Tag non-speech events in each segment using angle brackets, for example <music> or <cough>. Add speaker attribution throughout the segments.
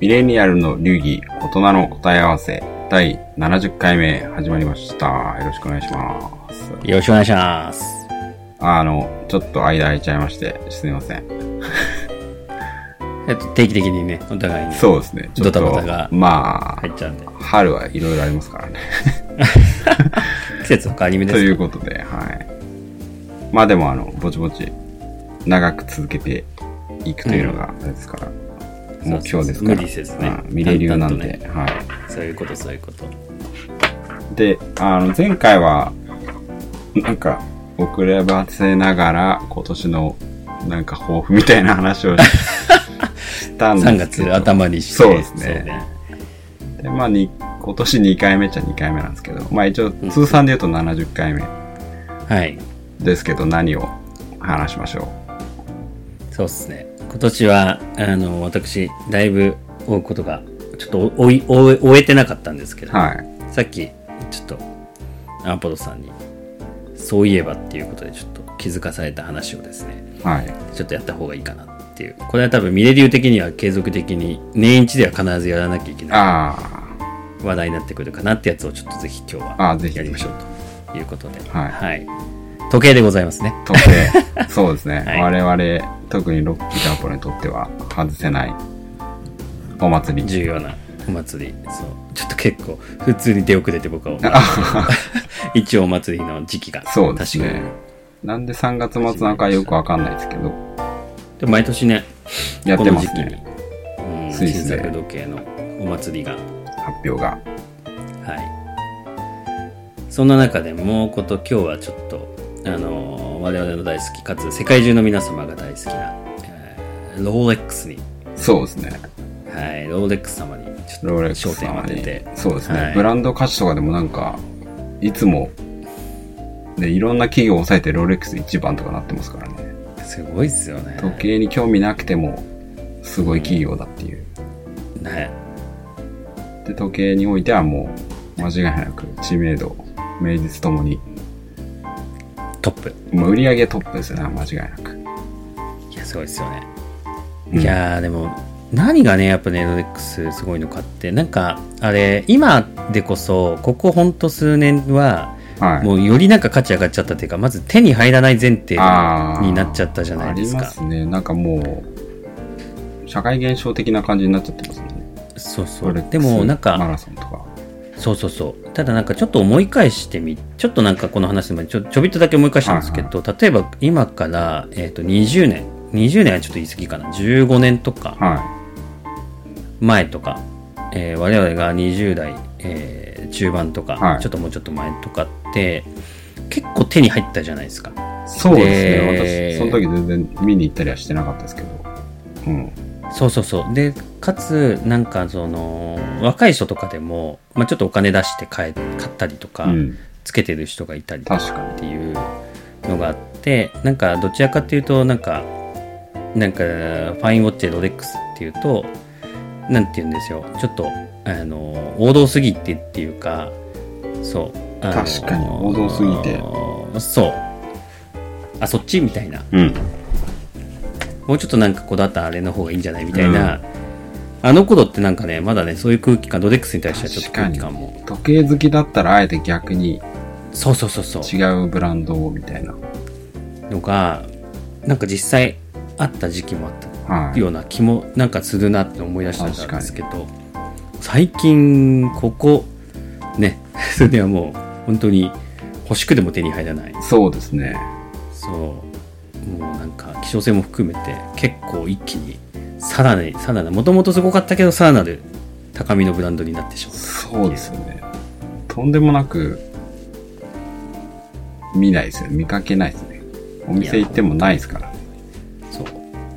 Speaker 1: ミレニアルの流儀、大人の答え合わせ、第70回目始まりました。よろしくお願いします。
Speaker 2: よろしくお願いします。
Speaker 1: あの、ちょっと間空いちゃいまして、すみません。
Speaker 2: えっと、定期的にね、お互いに
Speaker 1: そうですね。ちょっと、
Speaker 2: ドタバタが
Speaker 1: まあ、
Speaker 2: 入っちゃうんで。
Speaker 1: 春はいろいろありますからね。
Speaker 2: 季節の変わり目で
Speaker 1: と
Speaker 2: す
Speaker 1: いうことで、はい。まあでも、あの、ぼちぼち、長く続けていくというのが、あれですから、
Speaker 2: そう
Speaker 1: 目標ですから。
Speaker 2: 無理せずね
Speaker 1: うんミレ流なんで、
Speaker 2: 淡々
Speaker 1: はい。
Speaker 2: そういうこと、そういうこと。
Speaker 1: で、あの、前回は、なんか、遅ればせながら、今年の、なんか、抱負みたいな話をししたん
Speaker 2: 3
Speaker 1: ですけ
Speaker 2: 月
Speaker 1: ど。
Speaker 2: 頭にして。
Speaker 1: そうですねでまあ、に今年2回目っちゃ2回目なんですけど、まあ一応、
Speaker 2: ん
Speaker 1: 通算で言うと70回目
Speaker 2: そうねはい。
Speaker 1: ですけど、何を話しましょ
Speaker 2: そうですね。今年は、あの、私、だいぶ追うことが、ちょっと追い追え追えてなかったんですけ
Speaker 1: う。
Speaker 2: ど、
Speaker 1: はい。
Speaker 2: さっき、ちょっと、アポロさんに、そういえばっていうことで、ちょっと気づかされた話をですね、
Speaker 1: はい。
Speaker 2: ちょっとやった方がいいかなっていう。これは多分、ミレリュー的には継続的に、年一では必ずやらなきゃいけない。
Speaker 1: あ
Speaker 2: 話題になってくるかなってやつをちょっとぜひ今日
Speaker 1: あ
Speaker 2: は
Speaker 1: ぜひ
Speaker 2: やりましょうということで、
Speaker 1: はい
Speaker 2: 時計でございますね
Speaker 1: ー、時
Speaker 2: <laughs>
Speaker 1: 計。そうですね。
Speaker 2: は
Speaker 1: 我々、特にロッキーとアポロにとっては、外せない、お祭り。
Speaker 2: 重要なお祭りそうちょっと結構普通に出遅れて僕
Speaker 1: <laughs>
Speaker 2: は思う
Speaker 1: あ
Speaker 2: 一応お祭りの時期が
Speaker 1: そうですね
Speaker 2: 確か。
Speaker 1: なんで3月末なんかよくわかんないですけど、
Speaker 2: にで毎年ね
Speaker 1: やってます
Speaker 2: この時
Speaker 1: ね。
Speaker 2: 期に、うん、
Speaker 1: スイ
Speaker 2: 新
Speaker 1: スで
Speaker 2: 作時計のお祭りが
Speaker 1: 発表が。
Speaker 2: はいそんな中でもうこと今日はちょっとあの我々の大好きかつ世界中の皆様が大好きな、えーローレックスに
Speaker 1: そうですね。
Speaker 2: はい、ローレックス様にち
Speaker 1: ロ
Speaker 2: ょ
Speaker 1: ー
Speaker 2: っ
Speaker 1: レッ
Speaker 2: と
Speaker 1: クス
Speaker 2: 焦点を
Speaker 1: 様
Speaker 2: 当て
Speaker 1: に
Speaker 2: て。
Speaker 1: そうですね。
Speaker 2: はい
Speaker 1: ブランド価値とかでもなんか、いつも、ね、いろんな企業を抑えてローレックス1番とかなってますからね。
Speaker 2: すごいっすよね。
Speaker 1: 時計に興味なくても、すごい企業だっていう。
Speaker 2: ね
Speaker 1: で、時計においてはもう、間違いなく知名度、名実ともに、
Speaker 2: トップ。
Speaker 1: もう売り上げトップですよね、間違いなく。
Speaker 2: いや、すごいっすよね。
Speaker 1: うん
Speaker 2: いやー、でも、何がね、やっぱね、ローレックスすごいのかって、なんか、あれ、今でこそ、ここほんと数年は、
Speaker 1: はい。
Speaker 2: もうよりなんか価値上がっちゃったっていうか、まず手に入らない前提に
Speaker 1: あー
Speaker 2: なっちゃったじゃないです
Speaker 1: あ
Speaker 2: か
Speaker 1: りま。すね。なんかもう、社会現象的な感じになっちゃってますもんね。
Speaker 2: そうそ
Speaker 1: ロレッ
Speaker 2: う
Speaker 1: ク。ス
Speaker 2: でも、なんか、
Speaker 1: マラソンとか。
Speaker 2: そうそうそうただなんかちょっと思い返してみちょっとなんかこの話でもちょちょびっとだけ思い返したんですけど、例えば今から、えー、と20年20年はちょっと言い過ぎかな15年とか
Speaker 1: は
Speaker 2: 前とか、えー我々が20代、えー中盤とか、
Speaker 1: はい
Speaker 2: ちょっともうちょっと前とかって結構手に入ったじゃないですか
Speaker 1: い。そうでね。
Speaker 2: です
Speaker 1: 私、その時全然見に行ったりはしてなかったですけど。うん。
Speaker 2: そうそうそうでかつなんかその若い人とかでも、まあ、ちょっとお金出して買え買ったりとか、
Speaker 1: うん。
Speaker 2: つけてる人がいたりとか
Speaker 1: 確かに。
Speaker 2: っていうのがあってなんかどちらかっていうとなんかなんかファインウォッチでロレックスっていうとなんて言うんですよちょっとあの王道すぎてっていうかそうあの
Speaker 1: 確かに王道すぎて
Speaker 2: そうあそっちみたいな
Speaker 1: うん。
Speaker 2: もうちょっとなんかこだわったあれの方がいいんじゃないみたいな、あの頃ってなんかねまだねそういう空気感ロレックスに対してはちょっと空気感も
Speaker 1: 時計好きだったら、あえて逆に
Speaker 2: そうそうそうそう
Speaker 1: 違うブランドをみたいな。
Speaker 2: のがなんか実際あった時期もあった
Speaker 1: はい。
Speaker 2: ような気もなんかするなって思い出した
Speaker 1: 確か
Speaker 2: ん
Speaker 1: に
Speaker 2: ですけど最近ここね <laughs> それではもう本当に欲しくでも手に入らない
Speaker 1: そうですね。
Speaker 2: そうもうなんか希少性も含めて結構一気にさらにさらなもともとすごかったけどさらなる高みのブランドになってしまう
Speaker 1: そうですよね。とんでもなく、見ないですよ。見かけないですね。お店行ってもないですから。
Speaker 2: そう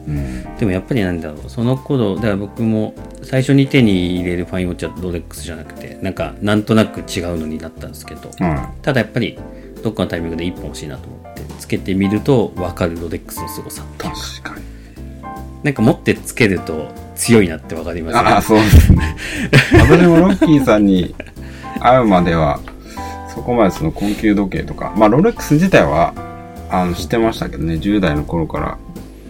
Speaker 1: うん。
Speaker 2: でもやっぱりなんだろうその頃だから僕も最初に手に入れるファインウォッチはロレックスじゃなくてなんかなんとなく違うのになったんですけど
Speaker 1: うん。
Speaker 2: ただやっぱりどっかのタイミングで1本欲しいなと思ってつけてみると分かるロレックスの凄さっていうか
Speaker 1: 確かに。
Speaker 2: なんか持ってつけると強いなって分かります
Speaker 1: ああ、
Speaker 2: ね
Speaker 1: そうですね。私もロッキーさんに会うまでは、そこまでその高級時計とか、まあロレックス自体は、あの、知ってましたけどね、10代の頃か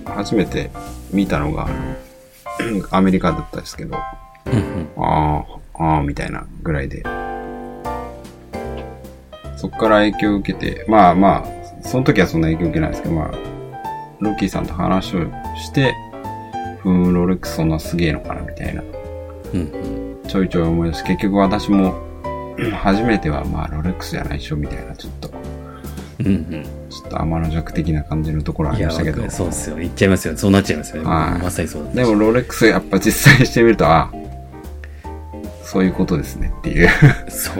Speaker 1: ら初めて見たのが、あアメリカだったんですけど、あ
Speaker 2: うんうん。
Speaker 1: あ、ああ、みたいなぐらいで。そっから影響を受けて、まあまあ、その時はそんな影響を受けないですけど、まあ、ロッキーさんと話をして、ふーん、ロレックスそんなすげえのかな、みたいな。
Speaker 2: うん
Speaker 1: ちょいちょい思い出し、結局私も、うん初めてはまあ、ロレックスじゃないでしょ、みたいな、ちょっと、ち
Speaker 2: うん。うん
Speaker 1: ょっと天の弱的な感じのところ
Speaker 2: う
Speaker 1: は
Speaker 2: ん。
Speaker 1: あり
Speaker 2: いや、
Speaker 1: ましたけ
Speaker 2: わか
Speaker 1: ど
Speaker 2: る。そうっすよ。言っちゃいますよ。そうなっちゃいますよね。
Speaker 1: はい
Speaker 2: まさにそうだ
Speaker 1: でも、ロレックスやっぱ実際してみると、あそういうことですねっていう
Speaker 2: そう。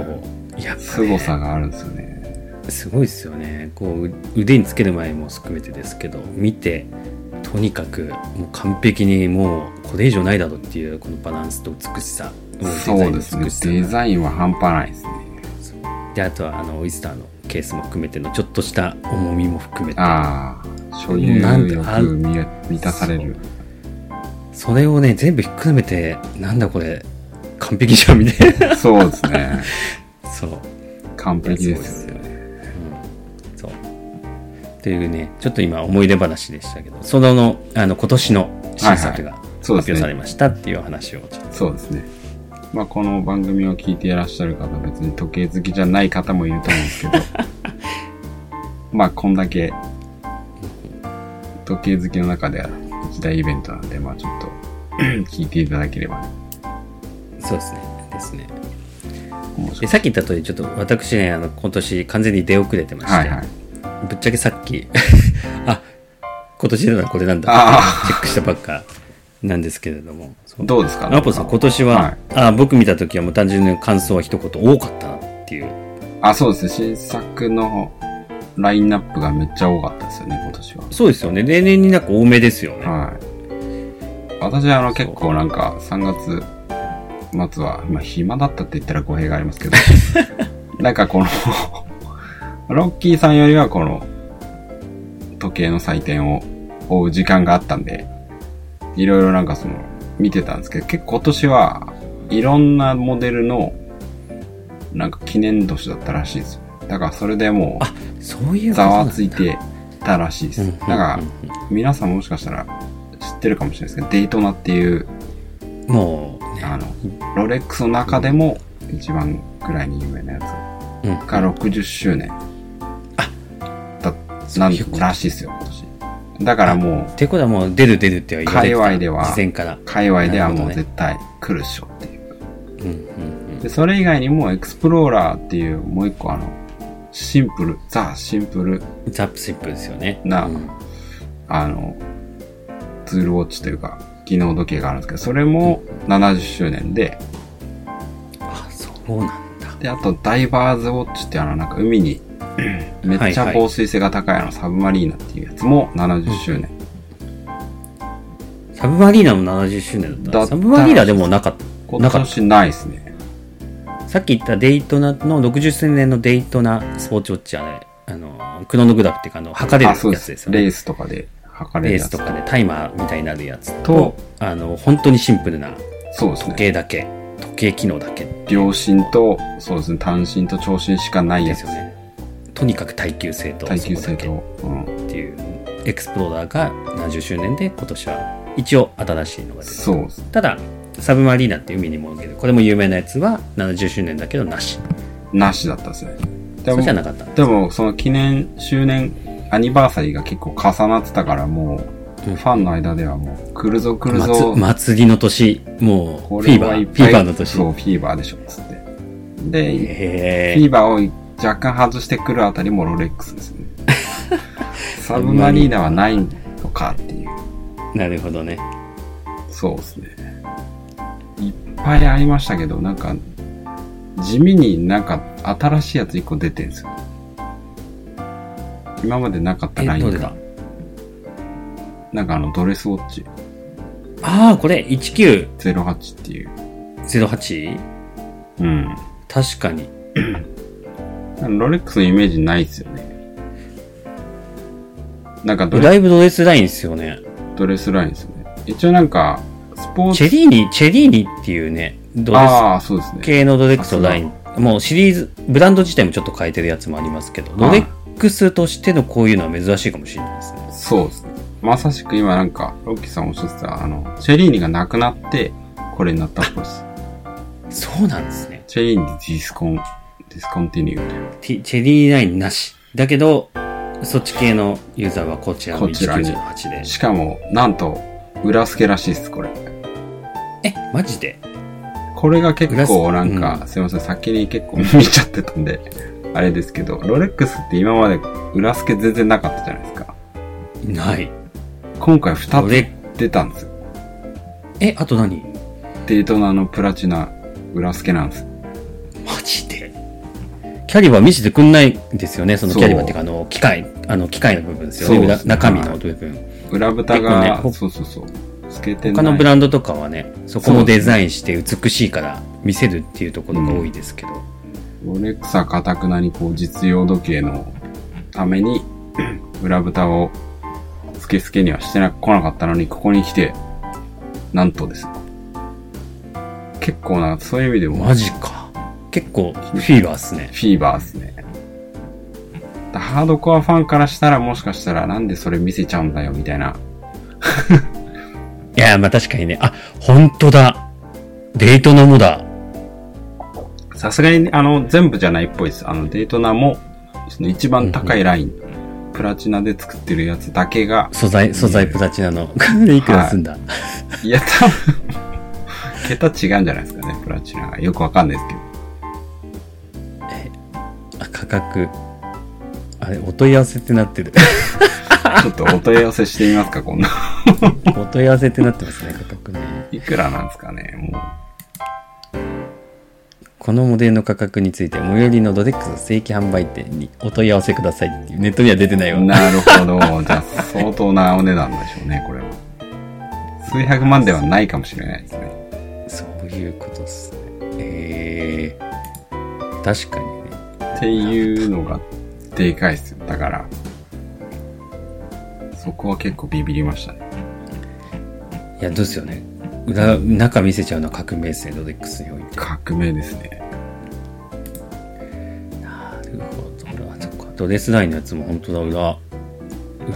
Speaker 2: やっぱ、ね、
Speaker 1: 凄さがあるんですよね。
Speaker 2: すごいですよねこうう腕につける前も含めてですけど見てとにかくもう完璧にもうこれ以上ないだろうっていうこのバランスと美しさ
Speaker 1: そうですね。デ
Speaker 2: が
Speaker 1: ザインは半端ないですね。
Speaker 2: であとはあのオイスターのケースも含めてのちょっとした重みも含めて
Speaker 1: ああ、所有
Speaker 2: なんて
Speaker 1: 欲
Speaker 2: あ
Speaker 1: 満満たされる。
Speaker 2: それをね全部ひっくるめてなんだこれ完璧じゃんみたいな <laughs>
Speaker 1: そうですね。
Speaker 2: そう
Speaker 1: 完璧
Speaker 2: いや
Speaker 1: ですよ
Speaker 2: そ
Speaker 1: ね。
Speaker 2: ううんそうというねちょっと今思い出話でしたけどそのあの今年の新作が発
Speaker 1: そうです
Speaker 2: 表
Speaker 1: ね
Speaker 2: されましたっていう話をちょっと
Speaker 1: そうですね。まあ、この番組を聞いていらっしゃる方、別に時計好きじゃない方もいると思うんですけ
Speaker 2: <laughs>
Speaker 1: ど、まあ、こんだけ、時計好きの中では一大イベントなんで、まあ、ちょっと、
Speaker 2: <laughs>
Speaker 1: 聞いていただければ、ね、
Speaker 2: そうですね。ですね。
Speaker 1: 面白
Speaker 2: で
Speaker 1: い。
Speaker 2: さっき言った通り、ちょっと私ね、あの、今年完全に出遅れてまして、
Speaker 1: はいはい。
Speaker 2: ぶっちゃけさっき、 <laughs> あ、今年出たのはこれなんだ
Speaker 1: あ
Speaker 2: って、チェックしたばっかなんですけれども。そ
Speaker 1: あ、<laughs>
Speaker 2: う
Speaker 1: どうですか
Speaker 2: アポさん、今年は、
Speaker 1: はい
Speaker 2: あ僕見た時はもう単純に感想は一言多かったなっていう。
Speaker 1: あ、そうですね。新作のラインナップがめっちゃ多かったですよね、今年は。
Speaker 2: そうですよね。例年になんか多めですよね。
Speaker 1: はい。私はあの結構なんか3月末は、まあ暇だったって言ったら語弊があります
Speaker 2: <laughs>
Speaker 1: けど、なんかこの、ロッキーさんよりはこの、時計の祭典を追う時間があったんで、いろいろなんかその、見てたんですけど、結構今年はいろんなモデルの、なんか記念年だったらしいですよ。だからそれでも
Speaker 2: あそういう
Speaker 1: う、
Speaker 2: こと
Speaker 1: ざ
Speaker 2: なんだ
Speaker 1: わついてたらしいで
Speaker 2: う
Speaker 1: す。だ
Speaker 2: んうんうん
Speaker 1: から、皆さんもしかしたら知ってるかもしれないですけど、デイトナっていう、
Speaker 2: もうね、
Speaker 1: あの、ロレックスの中でも一番くらいに有名なや
Speaker 2: うん
Speaker 1: つが60周年。だ、
Speaker 2: そ
Speaker 1: な
Speaker 2: うんいうこと
Speaker 1: らしいですよ、今年。だからもう、
Speaker 2: ってことはもう出る出るっては言わ
Speaker 1: 界隈
Speaker 2: れてた
Speaker 1: では
Speaker 2: 事前から。
Speaker 1: 界隈ではも
Speaker 2: なるほど
Speaker 1: う
Speaker 2: ね
Speaker 1: 絶対来るっしょっていう。
Speaker 2: うんうん
Speaker 1: で、それ以外にもエクスプローラーっていう、もう一個あの、シンプル、ザ・シンプル
Speaker 2: うん。ザップスリップですよね。
Speaker 1: な
Speaker 2: うん
Speaker 1: あの、ツールウォッチというか、機能時計があるんですけど、それも70周年で、
Speaker 2: あ、そうなんだ。
Speaker 1: で、あと、ダイバーズウォッチってあの、なんか海
Speaker 2: <clears throat>
Speaker 1: に、めっちゃ防水性が高いあの、サブマリーナっていうやつも70周年。
Speaker 2: サブマリーナも70周年だった
Speaker 1: だっ
Speaker 2: な。
Speaker 1: た
Speaker 2: サブマリーナでもなかっ
Speaker 1: 今年ないですね。
Speaker 2: た。さっき言ったデイトナの60周年のデイトナスポーツウォッチはね、あの、クロノグラフっていうか、あの、測れ
Speaker 1: あ、
Speaker 2: る
Speaker 1: そう
Speaker 2: や
Speaker 1: で
Speaker 2: つです
Speaker 1: す。
Speaker 2: よ
Speaker 1: レ
Speaker 2: ね。
Speaker 1: ースとかで測
Speaker 2: レ
Speaker 1: れ
Speaker 2: ー
Speaker 1: るや
Speaker 2: ス
Speaker 1: つ
Speaker 2: とかでタイマーみたいになるやつと
Speaker 1: と、
Speaker 2: あの、本当にシンプルな
Speaker 1: そうです
Speaker 2: 時
Speaker 1: ね。
Speaker 2: 計だけ、時計機能だけ
Speaker 1: 両身と、そうですね、単身と長身しかない
Speaker 2: で
Speaker 1: や
Speaker 2: す
Speaker 1: つ
Speaker 2: よ。ね。とにかく耐久性と、
Speaker 1: 耐久性。
Speaker 2: そこと
Speaker 1: うん。
Speaker 2: だけっていう、エクスプローラーが70周年で、今年は一応新しいのが出て
Speaker 1: そうです。
Speaker 2: ただ、サブマリーナって海にもける、これも有名なやつは70周年だけどなし。
Speaker 1: なしだったですね。で
Speaker 2: そ
Speaker 1: も
Speaker 2: れじゃ、なかった。
Speaker 1: でもその記念、周年、アニバーサリーが結構重なってたから、もう、
Speaker 2: うん
Speaker 1: ファンの間ではもう、来るぞ来るぞ
Speaker 2: 祭。祭りの年、もう、フ
Speaker 1: こ
Speaker 2: ィ
Speaker 1: れ
Speaker 2: ーバ
Speaker 1: は
Speaker 2: ー、
Speaker 1: いっ
Speaker 2: フィ
Speaker 1: ぱい
Speaker 2: ーバーの年。
Speaker 1: そう、フィーバーでしょ、つって。で、
Speaker 2: へ
Speaker 1: フィ
Speaker 2: え。
Speaker 1: ーバーを若干外してくるあたりもロレックスです
Speaker 2: <laughs>
Speaker 1: ね。サブマリーナはないのかっていう。
Speaker 2: なるほどね。
Speaker 1: そうですね。いっぱいありましたけど、なんか、地味になんか新しいやつ1個出てるんですよ。今までなかった
Speaker 2: え、
Speaker 1: ライ
Speaker 2: どう
Speaker 1: ン
Speaker 2: 出
Speaker 1: が
Speaker 2: た。
Speaker 1: なんかあのドレスウォッチ
Speaker 2: ああ、これ、1908?
Speaker 1: 08っていう。うん。
Speaker 2: 確かに。
Speaker 1: ロレックスのイメージないですよね。なんかドレ
Speaker 2: だいぶドレスラインですよね。
Speaker 1: ドレスラインですよね。一応なんか、スポー
Speaker 2: チェ
Speaker 1: ツ
Speaker 2: リーニ、チェリーニっていうね、ドレス
Speaker 1: ああ、そうですね。
Speaker 2: 系のドレックスのライン。もうシリーズ、ブランド自体もちょっと変えてるやつもありますけど、ドレックスとしてのこういうのは珍しいかもしれないですね。
Speaker 1: そうですね。まさしく今なんか、ロッキーさんおっしゃってた、あの、チェリーニが亡くなって、これになったっぽいです。
Speaker 2: そうなんですね。
Speaker 1: チェリーニディスコン、ディスコンティニューで。
Speaker 2: ティチェリーラインなし。だけど、そっち系のユーザーはこちらの
Speaker 1: こちらに
Speaker 2: 1998で。
Speaker 1: しかも、なんと、裏付けらしいです、これ。
Speaker 2: え、マジで
Speaker 1: これが結構な
Speaker 2: 裏付
Speaker 1: ん
Speaker 2: け
Speaker 1: か、
Speaker 2: う
Speaker 1: すいません、先に結構見ちゃってたんで、あれですけど、ロレックスって今まで裏付け全然なかったじゃないですか。
Speaker 2: ない。
Speaker 1: 今回
Speaker 2: ロレ
Speaker 1: 2つ出たんですよ。
Speaker 2: え、あと何
Speaker 1: デイトナのプラチナ裏付けなんです。
Speaker 2: マジでキャリバー見せてくんないんですよね、そのキャリバーっていうか、あの、機械、あの、機械の部分ですよね、
Speaker 1: そうで
Speaker 2: 裏
Speaker 1: すね
Speaker 2: 中身の部分。
Speaker 1: 裏蓋
Speaker 2: 結
Speaker 1: が、
Speaker 2: 構ね
Speaker 1: そうそうそう。透けてない。
Speaker 2: 他のブランドとかはね、そこ
Speaker 1: そ
Speaker 2: も
Speaker 1: うですね
Speaker 2: デザインして美しいから見せるっていうところが多いですけど。
Speaker 1: ロレックスはかたくなにこう実用時計のために <clears throat> 裏蓋をスケスケにはしてな来なかったのにここに来てなんとです結構なそういう意味でもフ
Speaker 2: マジか。結構、フィーバーっすね。
Speaker 1: ィーバーですねハードコアファンからしたらもしかしたらなんでそれ見せちゃうんだよみたいない
Speaker 2: やー、まあ確かにね、あ、本当だ。デートのもだ。
Speaker 1: さすがにあの全部じゃないっぽいですあのデートナもその一番高いライン、プラチナで作ってるやつだけが
Speaker 2: 素材、素材プラチナの。でいくらすんだ、
Speaker 1: いや、多分 <laughs> 桁違うんじゃないですかね、プラチナが。よくわかんないですけど。
Speaker 2: あ価格。あれ、お問い合わせってなってる。
Speaker 1: ちょっとお問い合わせしてみますか、こんな。
Speaker 2: お問い合わせってなってますね、価格ね。
Speaker 1: いくらなんですかね、も
Speaker 2: このモデルの価格について、最寄りのドデックスの正規販売店にお問い合わせくださいっていうネットには出てないわ。
Speaker 1: う。なるほど。じゃあ、相当なお値段でしょうね、これは。数百万ではないかもしれないですね。
Speaker 2: そういうことっすね。えー、確かにね。
Speaker 1: っていうのが、でかいですよ。だから、そこは結構ビビりましたね。
Speaker 2: いや、どうですよね。裏、中見せちゃうのは革命ですね、ドデックスにおいて。
Speaker 1: 革命ですね。
Speaker 2: なるほど。あ、そっか。ドレスラインのやつも本当だ、裏、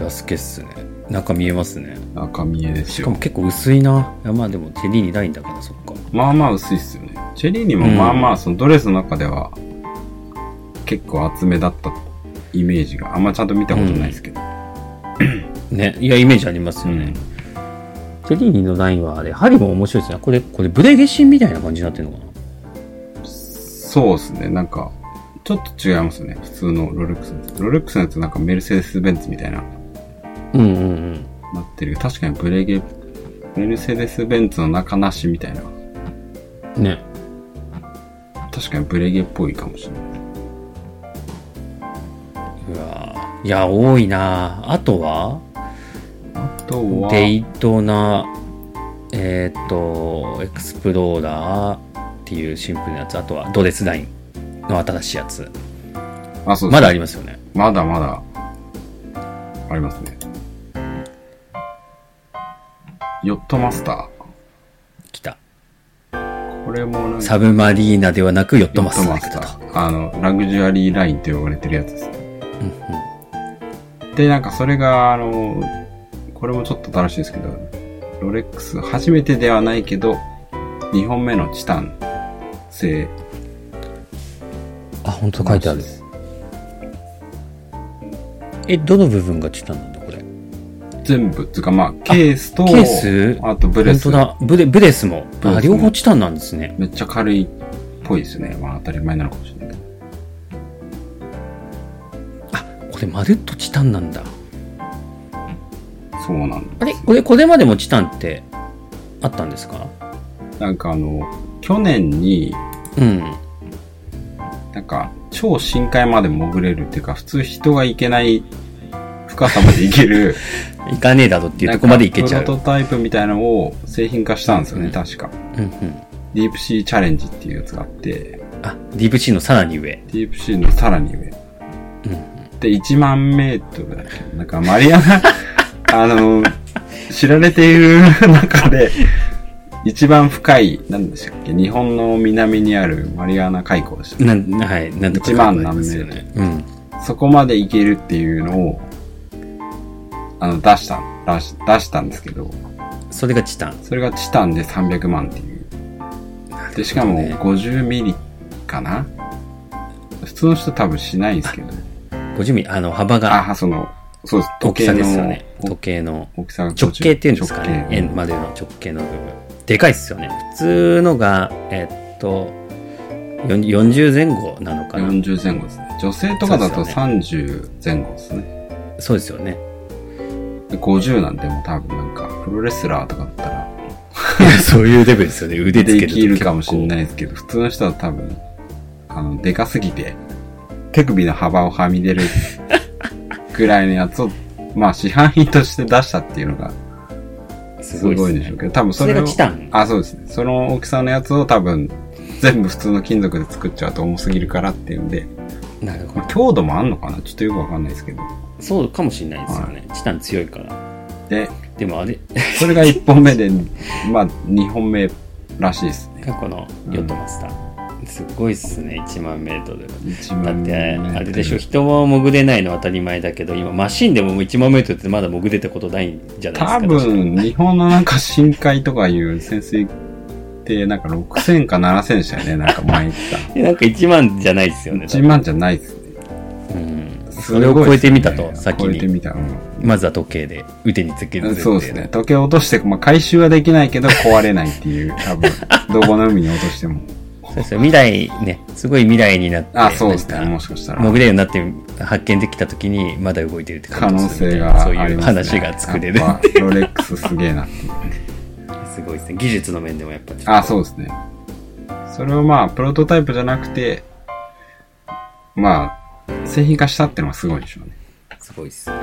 Speaker 2: 裏付けっすね。中見えますね。
Speaker 1: 赤見えです
Speaker 2: しかも
Speaker 1: よ。
Speaker 2: 結構薄いな。いや、まあでも、テリーにラインだから、そっか。
Speaker 1: まあまあ薄いっすよね。チェリーにもまあまあ、そのドレスの中では、結構厚めだったイメージが、あんまちゃんと見たことないですけど。
Speaker 2: ね。いや、イメージあります
Speaker 1: う
Speaker 2: よ
Speaker 1: ん
Speaker 2: ね。テリーニのラインはあれ、針も面白いですね。これ、これ、ブレゲシンみたいな感じになってるのかな
Speaker 1: そうですね、なんか、ちょっと違いますね、普通のロレックスのやつ。ロレックスのやつなんかメルセデス・ベンツみたいな、
Speaker 2: うんうんうん。
Speaker 1: なってる。確かにブレゲ、メルセデス・ベンツの中なしみたいな。
Speaker 2: ね。
Speaker 1: 確かにブレゲっぽいかもしれない。
Speaker 2: うわぁいや、多いなぁあとは、
Speaker 1: あとは、
Speaker 2: デイトナ、えっ、と、エクスプローラーっていうシンプルなやつ。あとは、ドレスラインの新しいやつ。
Speaker 1: あ、そう
Speaker 2: ま
Speaker 1: まだ、
Speaker 2: だありますよね。
Speaker 1: まだまだ、ありますね。ヨットマスター。
Speaker 2: 来た。
Speaker 1: これもなんか、
Speaker 2: サブマリーナではなく、ヨットマスタ
Speaker 1: マ
Speaker 2: ーだと。
Speaker 1: あの、ラグジュアリーラインと呼ばれてるやつです。
Speaker 2: うんうん
Speaker 1: で、なんかそれが、あの、これもちょっと楽しいですけど、ロレックス、初めてではないけど、2本目のチタン製。
Speaker 2: あ、本当書いてある。え、どの部分がチタンなんだ、これ。
Speaker 1: 全部、つうかまあ、ケースと、
Speaker 2: ケース
Speaker 1: あとブレ
Speaker 2: 本
Speaker 1: ス。
Speaker 2: 当だ。ブレ、ブレスも。
Speaker 1: ブレスも
Speaker 2: あ、両方チタンなんですね。
Speaker 1: めっちゃ軽いっぽいですね。まあ当たり前なのかもしれないけど。
Speaker 2: これまるっとチタンなんだ
Speaker 1: そうなん
Speaker 2: あ
Speaker 1: だ。
Speaker 2: れこれこれまでもチタンってあったんですか
Speaker 1: なんかあの、去年に、
Speaker 2: うん
Speaker 1: なんか、超深海まで潜れるっていうか、普通人が行けない深さまで行ける、
Speaker 2: いかねえだろって <laughs> いうとこまでいけちゃ
Speaker 1: なんかプ
Speaker 2: う
Speaker 1: ロトタイプみたいなのを製品化したんですよね、
Speaker 2: うん
Speaker 1: 確か。
Speaker 2: うんうん
Speaker 1: ディープシーチャレンジっていうやつがあって、デ
Speaker 2: あディープシーのさらに上
Speaker 1: ィープシーのさらに上。
Speaker 2: うん
Speaker 1: で、1万メートルだっけなんか、マリ
Speaker 2: <laughs>
Speaker 1: アナ、あの、知られている中で、一番深い、何でしたっけ日本の南にあるマリアナ海溝でしたっ
Speaker 2: なんはいなんとか
Speaker 1: 一万何
Speaker 2: ですよねうん
Speaker 1: けそこまで行けるっていうのを、あの、出したん出し出したんですけど、
Speaker 2: それがチタン。
Speaker 1: それがチタンで300万っていう。で、しかも
Speaker 2: なるほ
Speaker 1: 50ミリかな普通の人多分しないんですけど。
Speaker 2: どね50ミリ、あの、幅が
Speaker 1: あ、その、そうです。
Speaker 2: 大
Speaker 1: 時計
Speaker 2: きさ
Speaker 1: の
Speaker 2: ですよね。時計の。
Speaker 1: 大きさが50
Speaker 2: 直径っていうんですかね
Speaker 1: 直。径
Speaker 2: 円までの直径の部分。でかいっすよね。普通のが、えっと、よん40前後なのかな。
Speaker 1: 40前後ですね。女性とかだ
Speaker 2: そう
Speaker 1: と
Speaker 2: です
Speaker 1: 30前後ですね。
Speaker 2: そうですよね。
Speaker 1: で50なんてもう多分なんか、プロレスラーとかだったら、
Speaker 2: いやそういうレベルですよね。腕つけ
Speaker 1: で
Speaker 2: ると
Speaker 1: きるかもしれない
Speaker 2: い。
Speaker 1: ですけど、普通の人は多分、あの、でかすぎて、手首の幅をはみ
Speaker 2: <laughs>
Speaker 1: 出るぐらいのやつを、まあ、市販品として出したっていうのが
Speaker 2: す
Speaker 1: す
Speaker 2: ごい
Speaker 1: ごいん
Speaker 2: で
Speaker 1: ですしょう
Speaker 2: ね。
Speaker 1: けど、多分そ
Speaker 2: そ
Speaker 1: れ
Speaker 2: れ
Speaker 1: を
Speaker 2: がチタン。
Speaker 1: あ、そうですね。その大きさのやつを多分、全部普通の金属で作っちゃうと重すぎるからっていうんで、
Speaker 2: なるほ
Speaker 1: まあ、
Speaker 2: ど。
Speaker 1: 強度もあんのかなちょっとよくわかんないですけど。
Speaker 2: そうかもしれないですよね。チタン強いから。
Speaker 1: で、
Speaker 2: でもあれ、
Speaker 1: それが1本目
Speaker 2: <laughs>
Speaker 1: で、まあ、2本目らしいですね。
Speaker 2: 過去のヨットマスター。すごいっすね。1万メートル。
Speaker 1: 一
Speaker 2: だ
Speaker 1: 番
Speaker 2: っ
Speaker 1: 目
Speaker 2: て、あれでしょ、人も潜れないのは当たり前だけど、今、マシンでも1万メートルってまだ潜れたことないんじゃないです
Speaker 1: 多
Speaker 2: か。
Speaker 1: 分、日本のなんか深海とかいう潜水って、なんか6000か7000でしたよね、なんか前言っ
Speaker 2: えなんか1万じゃないです
Speaker 1: た。
Speaker 2: よね。
Speaker 1: 1万じゃないですね。
Speaker 2: うん。
Speaker 1: す
Speaker 2: そ
Speaker 1: ごい
Speaker 2: れ
Speaker 1: っすね
Speaker 2: を超えてみたと、先
Speaker 1: 超えて
Speaker 2: に。
Speaker 1: みた。うん
Speaker 2: まずは時計で腕につける前提
Speaker 1: そうですね。。時計を落として、まあ、回収はできないけど壊れないっていう、多 <laughs> 分、どこの海に落としても。
Speaker 2: そうですよ。未来ね、すごい未来になって、
Speaker 1: あ、そうですね。
Speaker 2: なん
Speaker 1: も
Speaker 2: か
Speaker 1: しかしたら。
Speaker 2: 潜れるようになって発見できた時にまだ動いてるって
Speaker 1: 可
Speaker 2: 感
Speaker 1: 能
Speaker 2: じですよね
Speaker 1: 性があ
Speaker 2: そう
Speaker 1: ります、
Speaker 2: い
Speaker 1: ね。
Speaker 2: う話が作れる
Speaker 1: やっぱロレックスすげえなっていう。
Speaker 2: すごいですね技術の面でもやっぱちょっと
Speaker 1: あ、そうですね。それをまあ、プロトタイプじゃなくて、まあ、製品化したってのはすごいでしょうね。
Speaker 2: すごいっすね。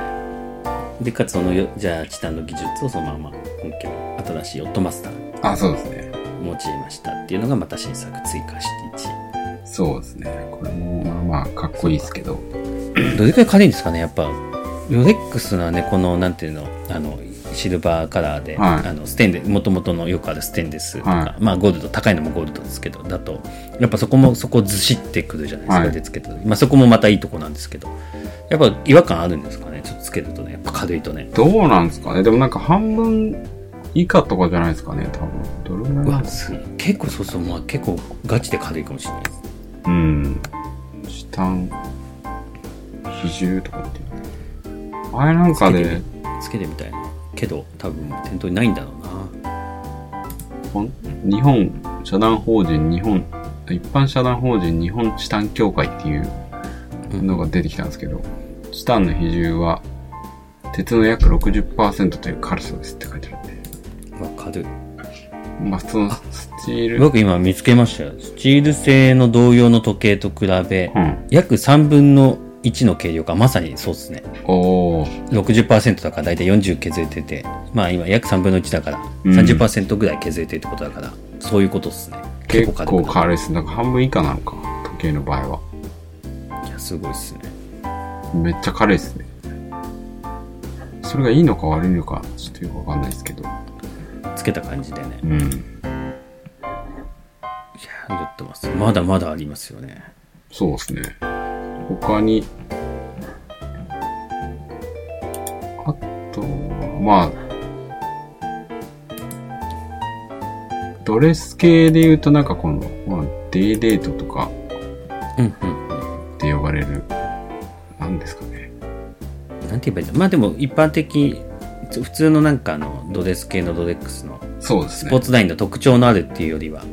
Speaker 2: で、かつそのよ、じゃあ、チタンの技術をそのまま本家の新しいオットマスターに
Speaker 1: あ、そうですね。
Speaker 2: 用いましたっていうのがまた新作追加して
Speaker 1: そうですね。これも、まあまあ、かっこいいですけど。
Speaker 2: 1。どれくらい軽いんですかねやっぱ、ロレックスのはね、この、なんていうの、あの、シルバーカラーで、
Speaker 1: はい
Speaker 2: あのステンレス、もともとのよくあるステンレスとか、
Speaker 1: は
Speaker 2: まあゴールド、高いのもゴールドですけど、だと、やっぱそこも、そこずしってくるじゃないですか、
Speaker 1: はい
Speaker 2: でつけた時まあそこもまたいいとこなんですけど、やっぱ違和感あるんですかねちょっとつけるとね、やっぱ軽いとね。
Speaker 1: どうなんですかねでもなんか半分以下とかじゃないですかね、多分。どれ
Speaker 2: う
Speaker 1: ぐら
Speaker 2: わ
Speaker 1: い
Speaker 2: す結構そうそう、まあ、結構ガチで軽いかもしれないです
Speaker 1: うん。チタン、比重とか言ってる。あれなんかで、
Speaker 2: つけてみたいなけど多分店頭にないんだろうな
Speaker 1: ほん日本社団法人日本一般社団法人日本チタン協会っていうのが出てきたんですけど、チタンの比重は鉄の約60%という軽さですって書いてあるんで、
Speaker 2: わかる
Speaker 1: まあ普通のスチール、
Speaker 2: 僕今見つけましたよスチール製の同様の時計と比べ
Speaker 1: うん、
Speaker 2: 約3分の1の軽量化まさにそうですね
Speaker 1: おー、
Speaker 2: 60%だから大体40削れててまあ今約3分の1だから
Speaker 1: うん
Speaker 2: 30%ぐらい削れてるってことだから、そういうことですね
Speaker 1: 結構
Speaker 2: くなる
Speaker 1: 軽いです。なんか半分以下なのか、時計の場合は。
Speaker 2: いやすごいっすね
Speaker 1: めっちゃ軽いですね。それがいいのか悪いのか、ちょっとよくわかんないですけど。
Speaker 2: つけた感じでね
Speaker 1: うん。
Speaker 2: いややってますまだまだありますよね
Speaker 1: そうですね。他に、あとは、まあ、ドレス系で言うとなんかこの、まあ、デイデートとか
Speaker 2: うんうんうん
Speaker 1: って呼ばれる、なんですかね。
Speaker 2: なんて言えばいいんだまあでも一般的つ普通のなんかあのドレス系のドレックスの
Speaker 1: そうです
Speaker 2: スポー
Speaker 1: ね。
Speaker 2: ツラインの特徴のあるっていうよりは